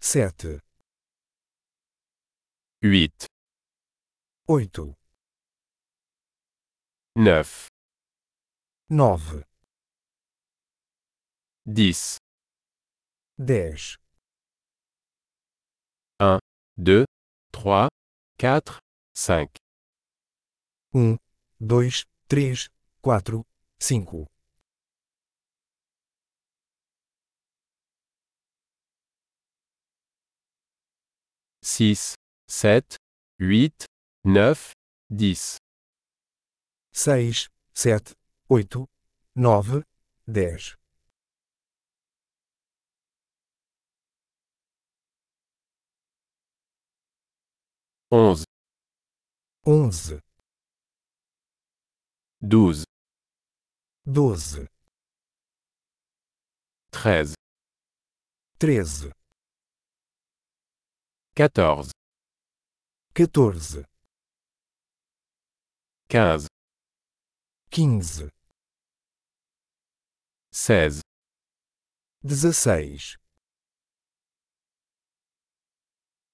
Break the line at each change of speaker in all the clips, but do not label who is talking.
7,
8,
8,
9,
9,
10,
10,
2, 3, 4, 5,
1, 2, 3, 4, 5.
six, sept, huit, neuf, dix,
6, 7, 8, 9, 10.
onze,
11,
douze,
12,
treize,
13,
quatorze,
14,
quinze,
15,
seize,
16,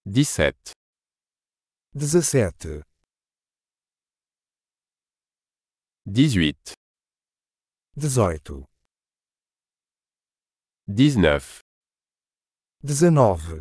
dix-sept,
17,
dix-huit,
18,
dix-neuf,
19,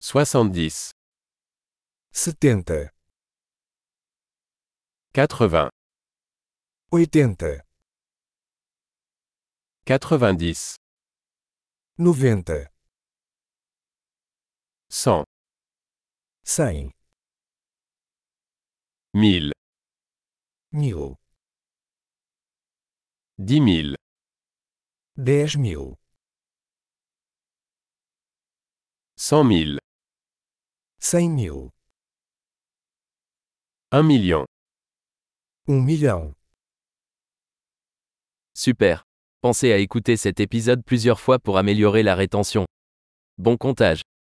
soixante-dix,
70,
quatre-vingts,
80,
quatre-vingt-dix,
90,
cent,
100,
mille,
1000,
dix mille,
10 mil,
cent mille,
100 mil,
un million.
1 milhão.
Super. Pensez à écouter cet épisode plusieurs fois pour améliorer la rétention. Bon comptage.